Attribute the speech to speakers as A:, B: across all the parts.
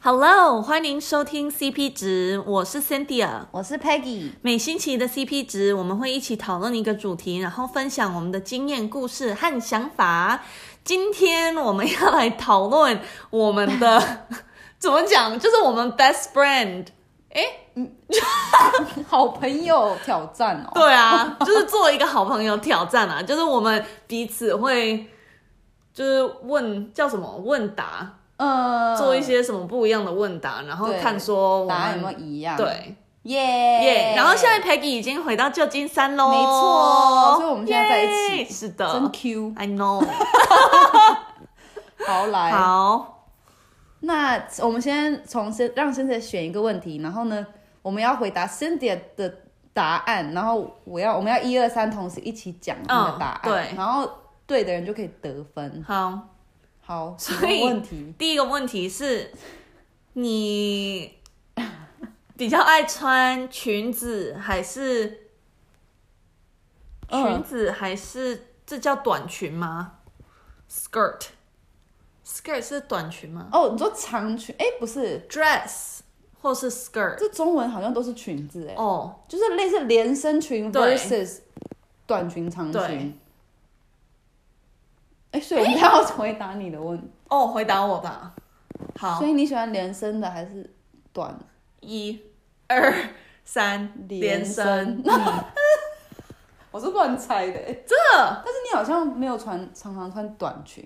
A: Hello，欢迎收听 CP 值，我是 Cynthia。
B: 我是 Peggy，
A: 每星期的 CP 值，我们会一起讨论一个主题，然后分享我们的经验、故事和想法。今天我们要来讨论我们的 怎么讲，就是我们 best friend。
B: 好朋友挑战哦。
A: 对啊，就是做一个好朋友挑战啊，就是我们彼此会就是问叫什么问答，
B: 呃，
A: 做一些什么不一样的问答，然后
B: 对
A: 看说我们
B: 答案有没有一样？，
A: 对
B: 耶
A: 耶。然后现在 Peggy 已经回到旧金山喽，
B: 没错所以我们现在在一起
A: 耶是
B: 真
A: 的
B: Q，
A: ，I know。
B: 好来。
A: 好，
B: 那我们先从先让 Cindy 选一个问题，然后呢，我们要回答 Cindy 的答案，然后我要我们要一二三同时一起讲我们的答案，
A: 嗯对
B: 然后对的人就可以得分。
A: 好，
B: 好，
A: 所
B: 什
A: 以
B: 么问题？
A: 第一个问题是，你比较爱穿裙子还是裙
B: 嗯
A: 子还是这叫短裙吗？skirt skirt 是短裙吗
B: 哦，你说长裙？哎，不是，
A: ？dress 或是 skirt
B: 这中文好像都是裙子哎。
A: 哦，
B: 就是类似连身裙
A: 对
B: versus 短裙长
A: 对
B: 裙。哎、所以我们要回答你的问题，
A: 哦，回答我吧。好
B: 所，以你喜欢连身的还是短？
A: 一、二、三，连
B: 连
A: 身
B: 身。我是乱猜的、
A: 这
B: 但是你好像没有穿，常常穿短裙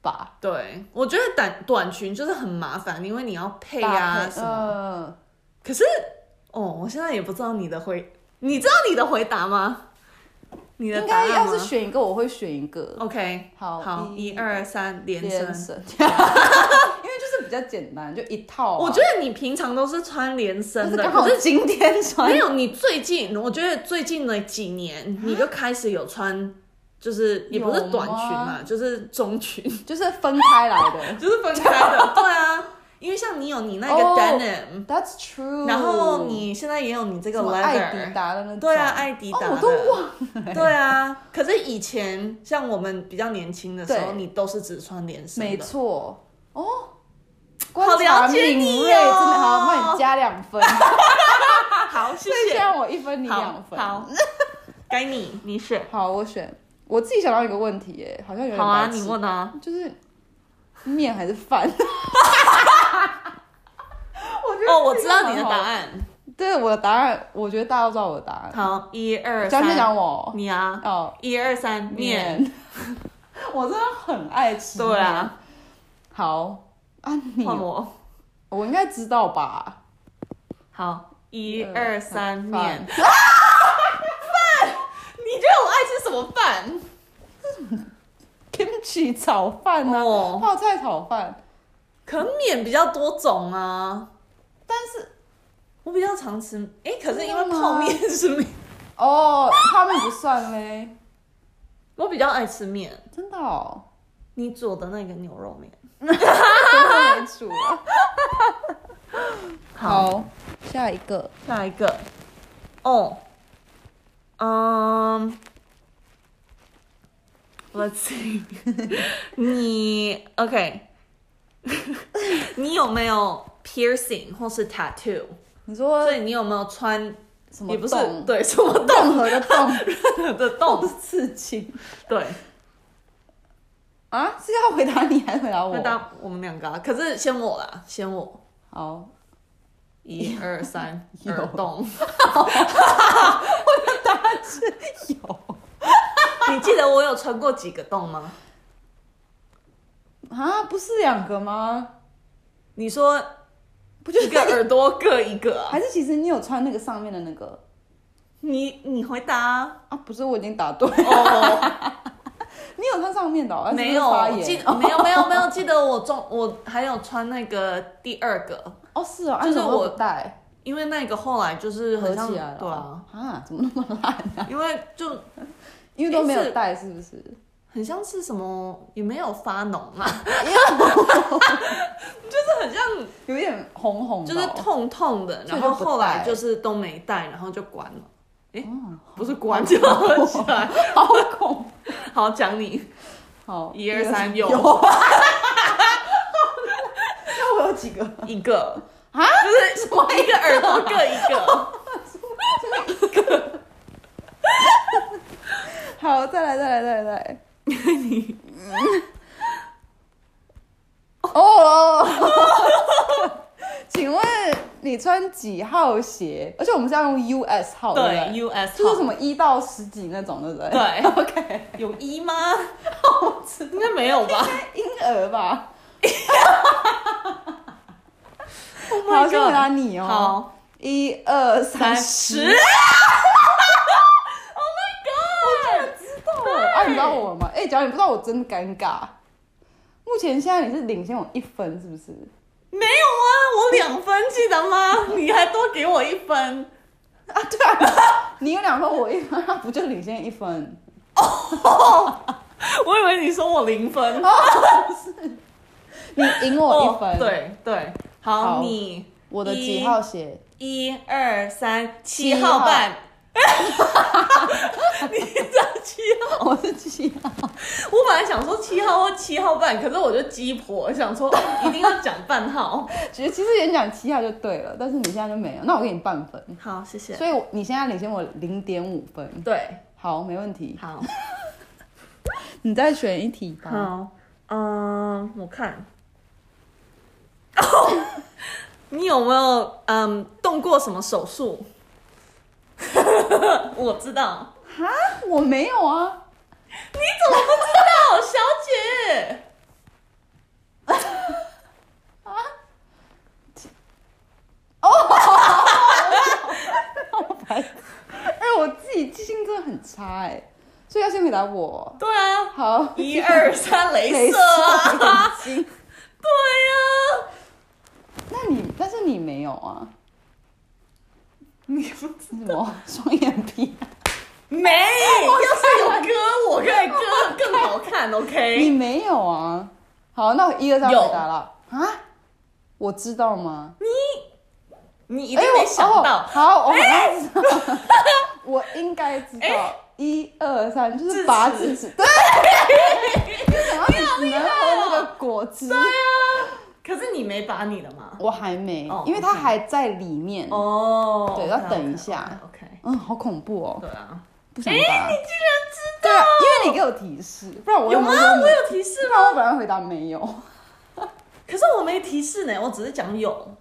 B: 吧？
A: 对，我觉得短短裙就是很麻烦，因为你要配
B: 搭
A: 啊
B: 配
A: 什么。
B: 呃
A: 可是，哦，我现在也不知道你的回，你知道你的回答吗？你的答
B: 应该
A: 案
B: 要
A: 吗
B: 是选一个，我会选一个
A: OK，
B: 好
A: 好，
B: 一
A: 一二三，连身
B: 连。身， 因为就是比较简单，就一套啊、
A: 我觉得你平常都是穿连
B: 就
A: 身
B: 是
A: 的，
B: 刚好
A: 可是
B: 今天穿
A: 没有你最近，我觉得最近的几年你就开始有穿，就是也不是
B: 有吗
A: 短裙嘛，就是中裙，
B: 就是分开来的
A: 就是分开的。 对啊，因为像你有你那个
B: 哦
A: denim，、
B: ，That's true。
A: 然后你现在也有你这
B: 这
A: 个
B: 个爱迪
A: leather。
B: 达的那种，
A: 对啊，爱迪达的、
B: 哦，我都忘了。
A: 对啊，可是以前像我们比较年轻的时候，
B: 对
A: 你都是只穿连身的，
B: 没错，哦，观
A: 好
B: 察
A: 了解
B: 敏
A: 你
B: 锐，
A: 哦
B: 真的好，我帮你加两分，
A: 好， 谢
B: 这
A: 谢。
B: 样我一分，你两
A: 好
B: 分。
A: 好，该你，你选。
B: 好，我选，我自己想到一个问题，耶，好像有点
A: 好啊，
B: 白痴
A: 你问 啊。
B: 就是面还是饭？ 我觉得
A: 哦，我知道你的
B: 这个很好
A: 答。案。
B: 对，我的答案，我觉得大家都知道我的答案。
A: 好，一二
B: 讲
A: 三，
B: 就讲我
A: 你啊，
B: 哦，
A: 一二三，面。，
B: 我真的很爱吃。
A: 对，啊，
B: 好啊，你
A: 换我。
B: 我应该知道吧？呃
A: 好，一二三，面。
B: 饭
A: 饭？你觉得我爱吃什么饭？
B: kimchi 炒饭呢、
A: 哦
B: 泡菜炒饭，
A: 可能面比较多种啊，
B: 但是
A: 我比较常吃。哎，可是因为
B: 真的吗
A: 泡面是面，
B: 哦，泡面不算嘞，
A: 我比较爱吃面。
B: 真的哦，
A: 你煮的那个牛肉面。
B: 真没 煮了。好，下一个，
A: 下一个，哦，嗯，Let's see，你 OK，你有没有 piercing 或是 tattoo？
B: 你说
A: 所以你有没有穿？
B: 什么
A: 也不是
B: 洞？
A: 对什么
B: 任何的 洞
A: 洞的
B: 都
A: 洞？
B: 是刺青
A: 对，
B: 啊？是要回答你还是回答我
A: 那？当我们两个、啊，可是先我啦，先我。
B: 好，
A: 一二三，
B: 有
A: 耳洞。
B: 有
A: 你记得我有穿过几个洞吗？
B: 啊？不是两个吗？
A: 你说
B: 不就
A: 一个耳朵各一个、啊？
B: 还是其实你有穿那个上面的那个
A: 你你回答啊、
B: 啊？不是，我已经答对了。
A: 哦，
B: 你有穿上面的、哦？还是
A: 没
B: 是
A: 有，
B: 发
A: 我
B: 炎
A: 记没有没有没有，记得我中我还有穿那个第二个，
B: 哦，是哦，啊
A: 就是
B: 你怎么
A: 我
B: 不戴。
A: 因为那个后来就是好
B: 合
A: 像
B: 起来了。
A: 对啊，
B: 啊，怎么那么烂？
A: 因为就
B: 因为都没
A: 是
B: 有带，是不是？
A: 很像是什么也没有发脓啊嘛，就是很像
B: 有点红红的
A: 就
B: 哦，
A: 是痛痛的，然
B: 所以就不戴哦
A: 后后来就是都没戴，然后就关了。诶，不是关就合起来。
B: 好恐怖。
A: 好，讲你
B: 好，
A: 一二三有
B: 有。那我有几 个？
A: 一个啊，就是什么一个耳朵各一个。
B: 好，再来，再来，再来，再来。 你，哦， 请问你穿几号鞋？而且我们是要用 US 号，对不
A: 对
B: 对
A: ，US
B: 就是什
A: 号
B: 么一到十几那种，对不对？
A: 对
B: ，OK，
A: 有一吗？应该没有吧？
B: 婴儿 吧。
A: my
B: 好，先回答你哦。
A: 好，
B: 一二三
A: 三
B: 十。
A: 十。Oh
B: 我知道了啊，你知道我吗？哎、假如你不知道，我真尴尬。目前现在你是领先我一分，是不是？
A: 没有啊，我两分记得吗？你还多给我一分。
B: 啊，对啊，你有两分，我一分，那不就领先一分？
A: 我以为你说我零分，
B: 你赢我一分。
A: 哦，对对，
B: 好
A: 好，你
B: 我的几号鞋？
A: 一二三
B: 七
A: 七
B: 号
A: 号半， 你这七号，
B: 我是七号。
A: 我本来想说七号或七号半，可是我就鸡婆，想 说哦一定要讲半号。
B: 其实其实演讲七号就对了，但是你现在就没有，那我给你半分。
A: 好，谢谢。
B: 所以我你现在领先我零点五分。
A: 对，
B: 好，没问题。
A: 好，
B: 你再选一题吧。
A: 好，嗯、我看。 你有没有嗯动过什么手术？ 我知道，
B: 哈，我没有啊。
A: 你怎么不知道，小姐？
B: 哎，我自己记性真的很差哎、所以要先回答我。
A: 对啊，
B: 好，
A: 一二三，
B: 镭
A: 镭射
B: 射
A: 啊！
B: 眼睛。
A: 对呀、
B: 那你但是你没有啊？
A: 你不知
B: 是什么双眼皮？啊
A: 没？要是有歌，我可以歌更好看。
B: 你
A: OK，
B: 没有啊？好，那我一二三回
A: 有
B: 答了啊？我知道吗？
A: 你一
B: 一
A: 定没
B: 哎
A: 想
B: 哦
A: 到，
B: 好，我马上知道，我应该知道。
A: 哎
B: 一二三，就是
A: 智齿
B: 拔智齿。 对，你想到你只能喝那个果汁，
A: 啊可是你没把你的嘛？
B: 我还没
A: 哦，
B: 因为它还在里面。
A: 哦，
B: 对要等一下
A: 啊 OK，
B: 嗯，好恐怖哦，
A: 对啊，
B: 不想答。
A: 你竟然知
B: 对啊，因为你给我提示，不然
A: 有
B: 我又
A: 吗？
B: 没有
A: 我有提示
B: 不
A: 吗？
B: 然我本来回答没有。
A: 可是我没提示呢，我只是讲有。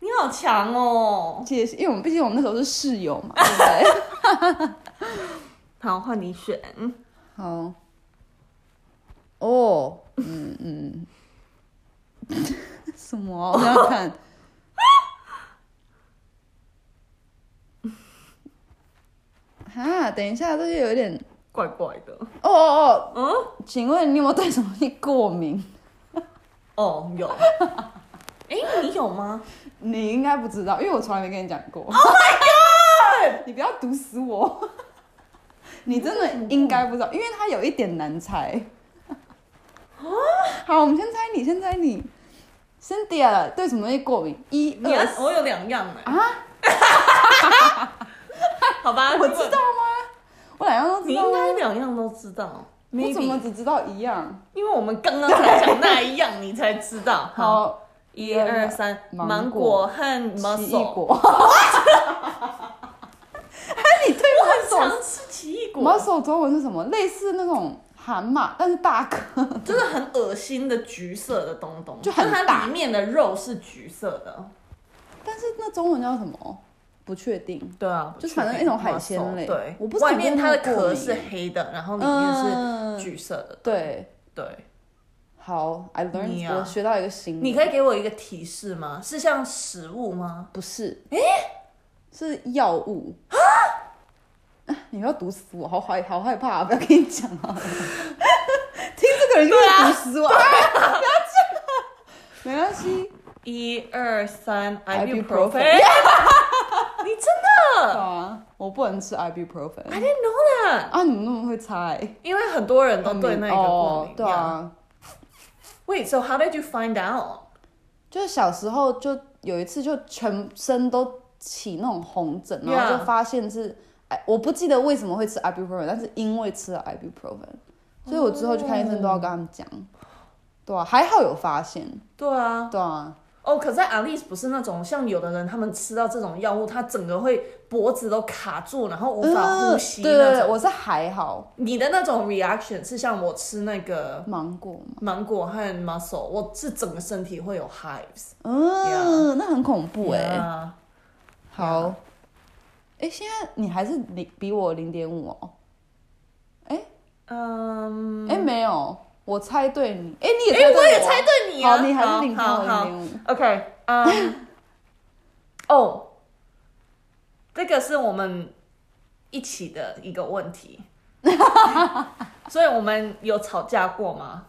A: 你好强哦！
B: 解释，因为我们毕竟我们那时候是室友 嘛，对不对？
A: 好，换你选。
B: 好，哦，嗯嗯，什么啊？我想想看。 啊，等一下，这就有点……
A: 怪怪的，
B: 哦哦
A: 嗯，
B: 哦，请问你有没有对什么东西过敏？
A: 哦， 有。哎、你有吗？
B: 你应该不知道，因为我从来没跟你讲过。Oh my god！你不要毒死 我！你真的应该不知道，因为它有一点难猜。好，我们先猜你，先猜你。Cindy 对什么东西过敏？一
A: 你
B: 二
A: 看
B: 三，
A: 我有两样哎、
B: 啊！
A: 好吧，
B: 我知道，吗？我两样都知
A: 你
B: 道
A: 应
B: 吗
A: 该两样都知道。
B: 我怎么
A: maybe
B: 只知道一样？
A: 因为我们刚刚才讲那一样，你才知 道。，
B: 好，
A: 一二三，
B: 芒
A: 芒
B: 果
A: 果和
B: 奇异
A: muscle。
B: 果。啊！你对
A: 我很
B: muscle
A: 常吃奇异果，
B: muscle 中文是什么？类似那种蛤蟆，但是大颗。
A: 就是很恶心的橘色的东东，
B: 就
A: 就是
B: 很大
A: 它里面的肉是橘色的。
B: 但是那中文叫什么？不确定。
A: 对啊，
B: 就是反正一种海鲜类
A: muscle，对，
B: 我不知道
A: 外
B: 有没有
A: 面它的
B: 那么过
A: 壳
B: 敏
A: 是黑的，然后里面是
B: 嗯
A: 橘色的。
B: 对，
A: 对，
B: 好，I learned，、
A: 你啊
B: 我学到一个新的。
A: 你可以给我一个提示吗？是像食物吗？
B: 不是？哎、是药物啊！你不要毒死我，好害，好害怕、不要跟你讲啊！ 听这个人就会毒死我，啊、不要这样啊，没关系。
A: 一二三
B: Ibuprofen
A: ，ibuprofen。你 真的
B: 啊，我不能吃 ibuprofen
A: ？I didn't know that。
B: 啊！你们那么会猜？
A: 因为很多人都对那个过
B: 哦
A: 敏。，
B: 对。啊。
A: Wait, so how did you find out?
B: 就是小时候就有一次就全身都起那种红疹，
A: Yeah
B: 然后就发现是，哎，我不记得为什么会吃 ibuprofen，但是因为吃了 ibuprofen，所以我之后去看医生都要跟他们讲。对啊，还好有发现。
A: 对啊，
B: 对啊，
A: 哦，可是阿丽不是那种像有的人，他们吃到这种药物，他整个会脖子都卡住，然后无法呼吸
B: 对对
A: 那
B: 呃对，
A: 种。
B: 我是还好，
A: 你的那种 reaction 是像我吃那个
B: 芒果嘛，
A: 芒果和 muscle，我是整个身体会有 hives。
B: 嗯，那很恐怖哎、
A: Yeah
B: 好，哎、现在你还是零比我零点五哦。哎、
A: 嗯，
B: 哎、没有，我猜对你，哎、你也
A: 哎、
B: 猜对
A: 我也
B: 啊
A: 猜对你啊！
B: 好，你还是
A: 好
B: 零点
A: 好
B: 我零
A: 好
B: 点五。
A: OK，嗯， 哦，这个是我们一起的一个问题， 所以我们有吵架过吗？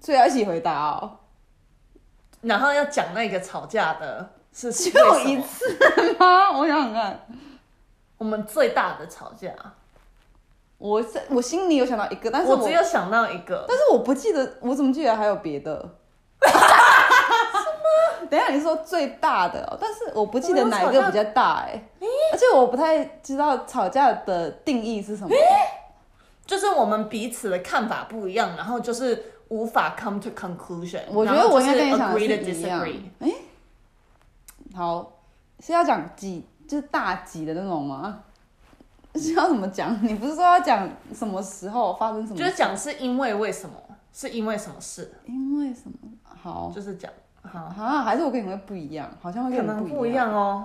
B: 所以要一起回答哦。
A: 然后要讲那个吵架的是
B: 只
A: 为
B: 有
A: 什么
B: 一次吗？我想想看，
A: 我们最大的吵架，
B: 我是我心里有想到一个，但是
A: 我
B: 我
A: 只有想到一个
B: 但是我不记得，我怎么记得还有别的？ 什么？等一下你说最大的、哦，但是我不记得哪一个比较大哎、而且我不太知道吵架的定义是什么。
A: 就是我们彼此的看法不一样，然后就是无法 come to conclusion。
B: 我觉得我应该跟你
A: 然
B: 想
A: 后
B: 的
A: 就是 agree to
B: 一样
A: disagree。。
B: 哎、好，是要讲几就是大几的那种吗？是要怎么讲？你不是说要讲什么时候发生什么
A: 就
B: 事？
A: 是讲是因为为什么，是因为什么事，
B: 因为什么？好
A: 就是讲好，
B: 啊，还是我跟你会不一样，好像会
A: 可
B: 跟你
A: 能
B: 不
A: 不一。样哦。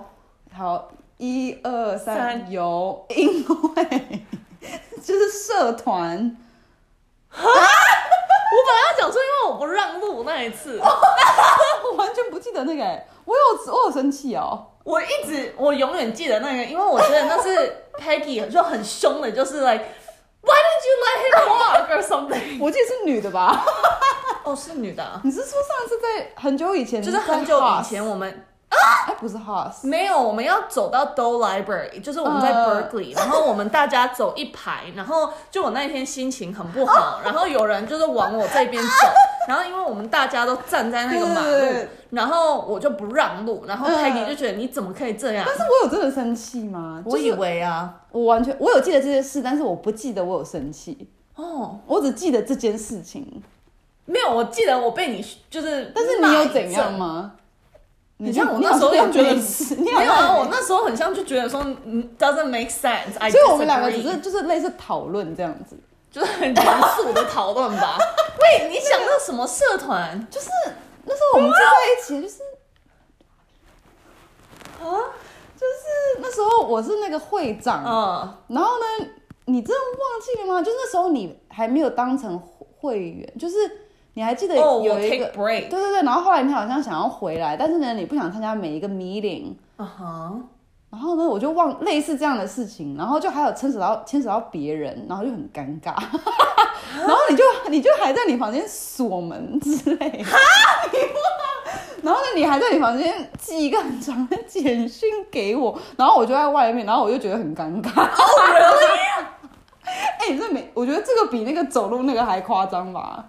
B: 好，一二三，
A: 三
B: 有，因为 就是社团，
A: 我本来要讲说，因为我不让路那一次，
B: 我完全不记得那个、欸，我有我有生气哦、
A: 我一直我永远记得那个，因为我觉得那是 Peggy 就很凶的，就是 like Why did you let him walk or something？
B: 我记得是女的吧？
A: 哦，是女的啊、
B: 你是说上次在很久以前，
A: 就是很久以前，我们
B: 哎、不是 House，
A: 没有，我们要走到 Doe Library，就是我们在
B: 呃
A: Berkeley，、然后我们大家走一排，然后就我那一天心情很不 好，然后有人就是往我这边走，然后因为我们大家都站在那个马
B: 对对
A: 路
B: 对，
A: 然后我就不让路，然后
B: 嗯
A: Peggy 就觉得你怎么可以这样？
B: 但是我有真的生气吗？
A: 我以
B: 就是
A: 为啊，
B: 我完全我有记得这件事，但是我不记得我有生气，
A: 哦，
B: 我只记得这件事情。
A: 没有，我记得我被你就是，
B: 但是你有怎样？吗？
A: 你
B: 就
A: 像我那时候
B: 你好
A: 也
B: 像
A: 觉得
B: 没事你好
A: 没有
B: 像
A: 啊，
B: 没
A: 我那时候很像就觉得说嗯 doesn't make sense，
B: 所以啊我们两个只是就是类似讨论这样子，
A: 就是很严肃的讨论 吧。喂，你想到什么社团？
B: 就是那时候我们坐在一起，就是
A: 啊，
B: 就是那时候我是那个会长，
A: 嗯，
B: 然后呢，你真的忘记了吗？就是那时候你还没有当成会员，就是你还记得
A: 哦，我
B: 有一个
A: take
B: 对
A: break，
B: 对对，然后后来你好像想要回来，但是呢，你不想参加每一个 meeting，
A: 啊哈，
B: 然后呢，我就忘类似这样的事情，然后就还有牵扯到牵扯到别人，然后就很尴尬，
A: 啊
B: 然后你就你就还在你房间锁门之类 的，然后呢，你还在你房间寄一个很长的简讯给我，然后我就在外面，然后我就觉得很尴尬。 哎、你这没，我觉得这个比那个走路那个还夸张吧？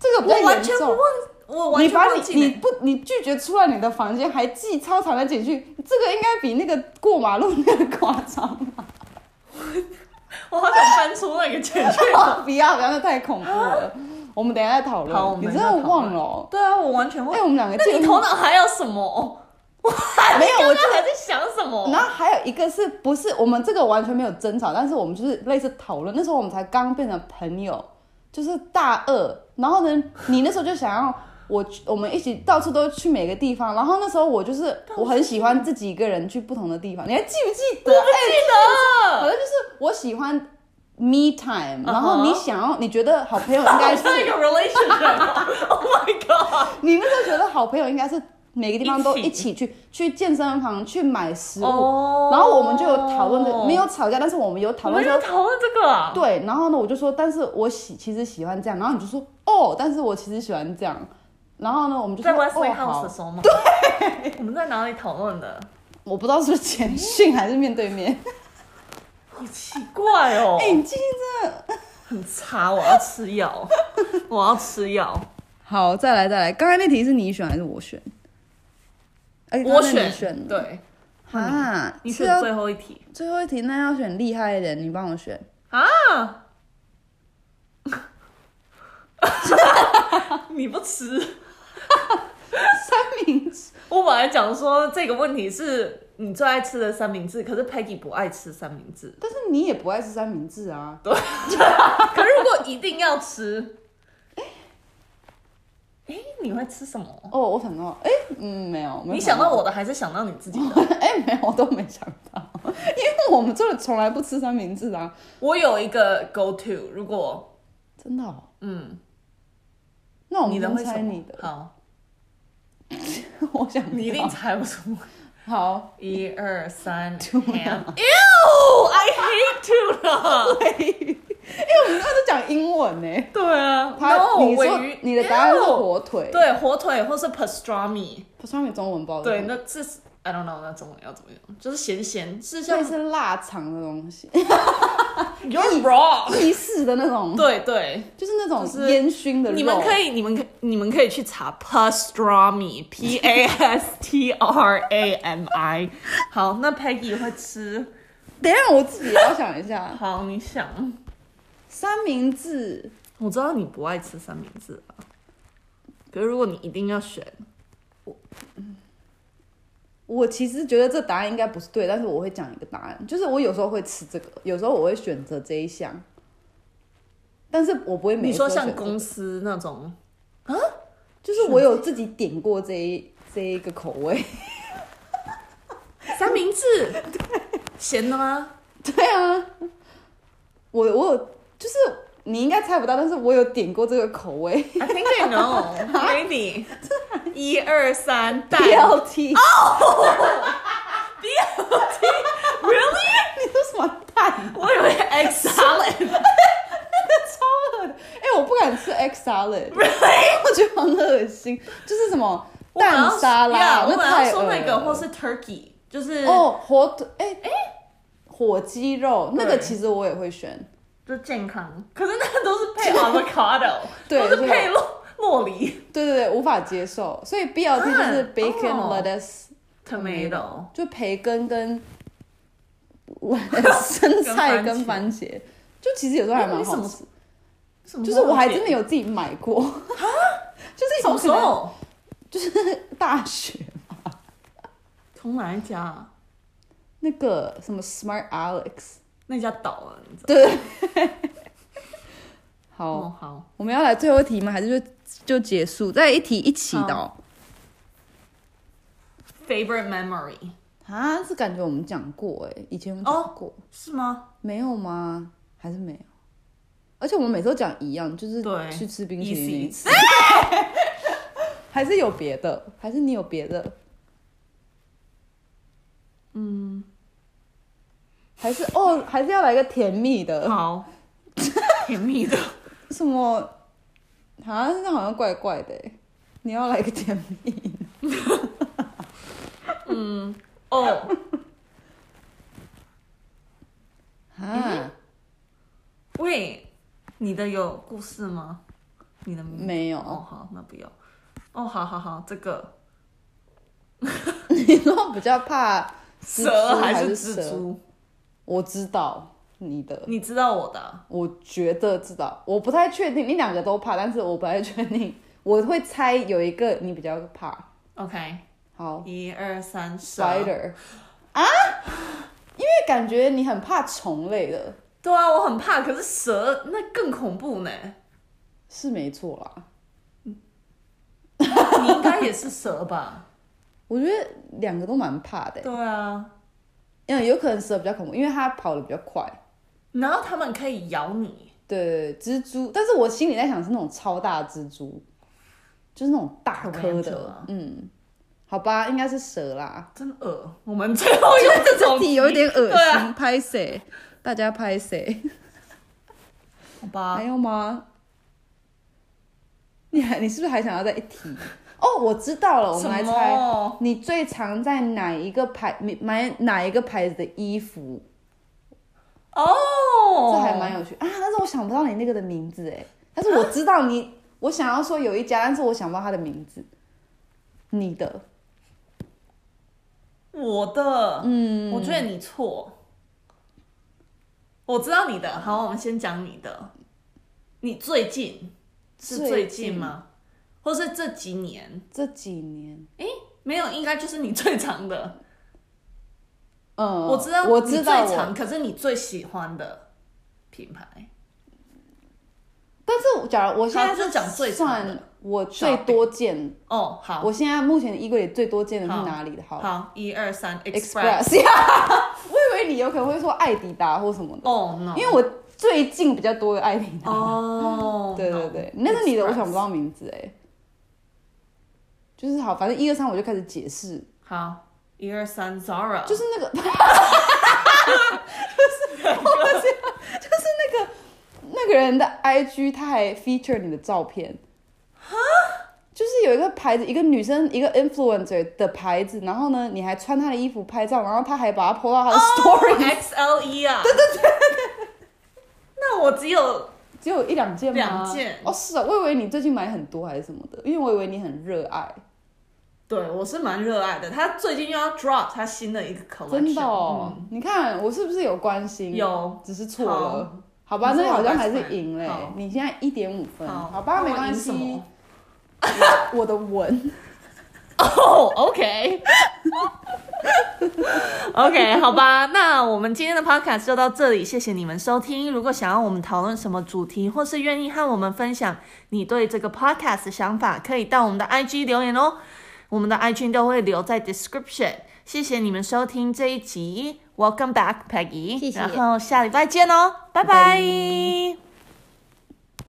B: 这个比较
A: 我完全
B: 严
A: 不
B: 重
A: 忘，我完
B: 你
A: 全
B: 把
A: 忘
B: 你
A: 记
B: 你
A: 呢。
B: 不你拒绝出来你的房间，还寄超长的简讯，这个应该比那个过马路那个夸张吧？
A: 我好想翻出那个简 讯。
B: 不要不要，那太恐怖了。我们等一下再讨
A: 好，我
B: 论。
A: 们
B: 你真
A: 再讨
B: 的
A: 论
B: 忘了哦？
A: 对啊，我完全忘
B: 哎，。我们两个
A: 那
B: 见
A: 你
B: 面
A: 头脑还有什么？我还
B: 没有
A: 刚
B: 我
A: 刚还在想什么？
B: 然后还有一个是不是我们这个完全没有争吵，但是我们就是类似讨论。那时候我们才刚变成朋友，就是大二。然后呢，你那时候就想要我去，我们一起到处都去每个地方。然后那时候我就是我很喜欢自己一个人去不同的地方，你还记不记
A: 啊
B: 得？我哎不记得，好像就是我喜欢 me time。然后你想要，你觉得好朋友应该
A: 好
B: 是
A: 像一个 relationship。oh my god！
B: 你那时候觉得好朋友应该是每个地方都
A: 一
B: 一
A: 起
B: 起去，去健身房去买食物，
A: 哦
B: 然后我们就有讨论的，没有吵架，但是我们有讨
A: 我们
B: 论说
A: 要，讨论这个啊。
B: 对，然后呢，我就说，但是我喜其实喜欢这样，然后你就说，哦，但是我其实喜欢这样，然后呢，我们就
A: 在
B: 说，
A: Wesley
B: 哦，
A: House 的
B: 好，
A: 时候吗？对。我们在哪里讨论的？
B: 我不知道是不是简讯还是面对面，
A: 好奇怪哦。
B: 哎，你今天真的。
A: 很差，我要吃 药，我要吃药。
B: 好，再来再来，刚才那题是你选还是我选？哎，
A: 我
B: 刚才
A: 选，
B: 你选的
A: 对，
B: 啊，
A: 嗯你
B: 是
A: 选
B: 要
A: 最后一题
B: 最后一题，那要选厉害一点，你帮我选。
A: 啊！你不吃，
B: 啊 三明治，
A: 我本来讲说这个问题是你最爱吃的三明治，可是 Peggy 不爱吃三明 治。
B: 但是你也不爱吃三明治啊。
A: 可是如果一定要 吃，哎、你会吃什么？
B: 哦，我想到，哎、嗯，没有，没有
A: 你 想到我的还是想到你自己的？
B: 哎、没有，我都没想到，因为我们真的从来不吃三明治啊，
A: 我有一个 go to，如果
B: 真的、哦。
A: 嗯，
B: 那我们
A: 你的
B: 先
A: 会什
B: 猜
A: 么？
B: 你的，
A: 好，
B: 我想
A: 你一
B: 不
A: 定
B: 到
A: 猜不出。
B: 好，
A: 一二 三，ham。Ew，I hate you 了。
B: 我们刚才都讲英文呢、
A: 对啊，
B: 他
A: 然后
B: 你
A: 尾
B: 说
A: 鱼，
B: 你的答案是
A: Ew
B: 火腿，哦
A: 对，火腿或是 pastrami，
B: 不算你中文包的，
A: 对，那这是 I don't know，那中文要怎么用？就是咸咸，是像
B: 那是腊肠的东西，
A: You're raw，
B: 意式的那种，
A: 对对，
B: 就是那种
A: 就是
B: 烟熏的肉。
A: 你们可
B: 以
A: 以，你们可你们可以去查 pastrami，p a s t r a m i。好，那 Peggy 会吃，
B: 等一下，我自己也要想一下
A: 好，你想，
B: 三明治，
A: 我知道你不爱吃三明治啊，可是如果你一定要选，
B: 我其实觉得这答案应该不是对，但是我会讲一个答案，就是我有时候会吃这个，有时候我会选择这一项，但是我不会每
A: 你
B: 一次都
A: 说像
B: 选择
A: 公司那种，
B: 就是我有自己点过这一这一个口味。
A: 三明治，咸的吗？
B: 对啊，我我有就是你应该猜不到，但是我有点过这个口味。
A: I think I know.
B: 啊
A: Maybe. 哦一二三，蛋。
B: BLT 啊
A: Really？
B: 你说什么蛋啊？
A: 我以为 X salad。
B: 超恶的！哎、我不敢吃 X 沙嘞，我觉得很恶心。就是什么 蛋沙拉，
A: 我本来
B: 太
A: 要
B: 恶
A: 说那个，
B: 了
A: 或是 turkey，就是
B: 哦火腿，哎、哎、火鸡肉那个
A: 对
B: 其实我也会选。
A: 就健康。可是那都是 配 avocado，
B: 对
A: 都
B: 是
A: 是配洛洛梨
B: 对对对，无法接受，所以 BLT 就
A: 啊
B: 是 bacon、
A: 哦
B: lettuce，
A: tomato。
B: 就培根 跟生菜跟番茄，就其实有时候还蛮好
A: 你
B: 吃
A: 什。什么
B: 就是我还真的
A: 有
B: 有自己买过， 就是
A: 什
B: 有
A: 么
B: 可
A: 时
B: 能
A: 候？
B: 大学
A: 从哪一家啊？
B: 那个什么 Smart Alex，
A: 那家倒了，你知道？
B: 对。好，
A: 哦，好，
B: 我们要来最后一题吗？还是就就结束？再一题一起的哦、
A: favorite memory
B: 啊？是感觉我们讲过哎、以前有讲
A: 哦
B: 过、
A: 是吗？
B: 没有吗？还是没有？而且我们每次都讲一样，就是
A: 对
B: 去吃冰淇淋那一
A: easy
B: 次， 还是有别的？还是你有别的？嗯，嗯还是哦，还是要来个甜蜜的。
A: 好，甜蜜的。
B: 什么？啊，那好像怪怪的欸。你要来个甜蜜的，
A: 哦，
B: 啊？
A: 喂，你的有故事吗？你的名字
B: 没有
A: 哦，好，那不要。哦，好好好，这个
B: 你说比较怕蜘
A: 蛇
B: 蛛还
A: 是
B: 蛇？
A: 蜘蛛？
B: 我知道你的，
A: 你知道我的啊、
B: 我觉得知道，我不太确定，你两个都怕，但是我不太确定，我会猜有一个你比较怕。
A: ？OK，
B: 好
A: 一二三，蛇。
B: ，spider 啊，因为感觉你很怕虫类的，
A: 对啊，我很怕，可是蛇那更恐怖 呢。
B: 是没错啦。
A: 你应该也是蛇吧？
B: 我觉得两个都蛮怕的欸，
A: 对啊，
B: 嗯，有可能蛇比较恐怖，因为它跑得比较快。
A: 然后它们可以咬你，
B: 对，蜘蛛，但是我心里在想是那种超大蜘蛛，就是那种大颗
A: Tarantula
B: 的，嗯，好吧，应该是蛇啦。
A: 真恶。我们最后用这种
B: 你有一点恶
A: 对啊
B: 心，拍谁？大家拍谁？
A: 好吧
B: 还？有吗？你还你是不是还想要再一题？哦，我知道了，我们来
A: 什
B: 猜，
A: 么？
B: 你最常在哪一个牌你买哪一个牌子的衣服？
A: 哦，
B: 这还蛮有趣啊！但是我想不到你那个的名字哎，但是我知道你，我想要说有一家，但是我想不到它的名字。你的，
A: 我的，
B: 嗯，
A: 我觉得你错。我知道你的，好，我们先讲你的。你最近是
B: 最
A: 最近吗？或是这几年
B: 这几年，
A: 没有，应该就是你最长的。
B: 嗯，
A: 我知道，
B: 我
A: 你
B: 知
A: 最
B: 道
A: 长，
B: 我，
A: 可是你最喜欢的品牌，
B: 但是我假如我现在
A: 他是讲最长的
B: 算我最多件，
A: 哦，好，
B: 我现在目前的衣柜里最多件的是哪里的？好
A: 好，一二三
B: Express 呀，我以为你有可能会说艾迪达或什么的，
A: 哦，no，
B: 因为我最近比较多的艾迪 达。
A: 哦，
B: 对
A: no
B: 对对，那是你的，我想不
A: Express
B: 到名字哎。就是好，反正一二三我就开始解释，
A: 好，一二三 Zara，
B: 就是那个， 就是我知道就是那个那个人的 IG，他还 feature 你的照片，就是有一个牌子，一个女生一个 influencer 的牌子，然后呢，你还穿她的衣服拍照，然后她还把它 po 到她
A: 哦
B: 的 story，、E
A: XLE 啊，对对对那我只有
B: 只有一两件吗？
A: 两件
B: 哦，是啊，我以为你最近买很多还是什么的，因为我以为你很热爱。
A: 对我是蛮热爱的，他最近又要 drop 他新的一个 collection，
B: 真的哦，你看我是不是有关心？
A: 嗯有，
B: 只是错了
A: 好。
B: 好吧，
A: 你
B: 那
A: 说我
B: 好像
A: 关
B: 还
A: 心
B: 是赢嘞
A: 好。
B: 你现在一点五分，
A: 好
B: 好吧，
A: 那我
B: 没关
A: 赢什
B: 系
A: 么。
B: 我的文，
A: 哦，OK、o k o k 好吧，那我们今天的 podcast 就到这里，谢谢你们收听。如果想要我们讨论什么主题，或是愿意和我们分享你对这个 podcast 的想法，可以到我们的 IG 留言哦。我们的 IG 都会留在 description。谢谢你们收听这一集，Welcome back Peggy，
C: 谢谢
A: 然后下礼拜见哦，拜拜。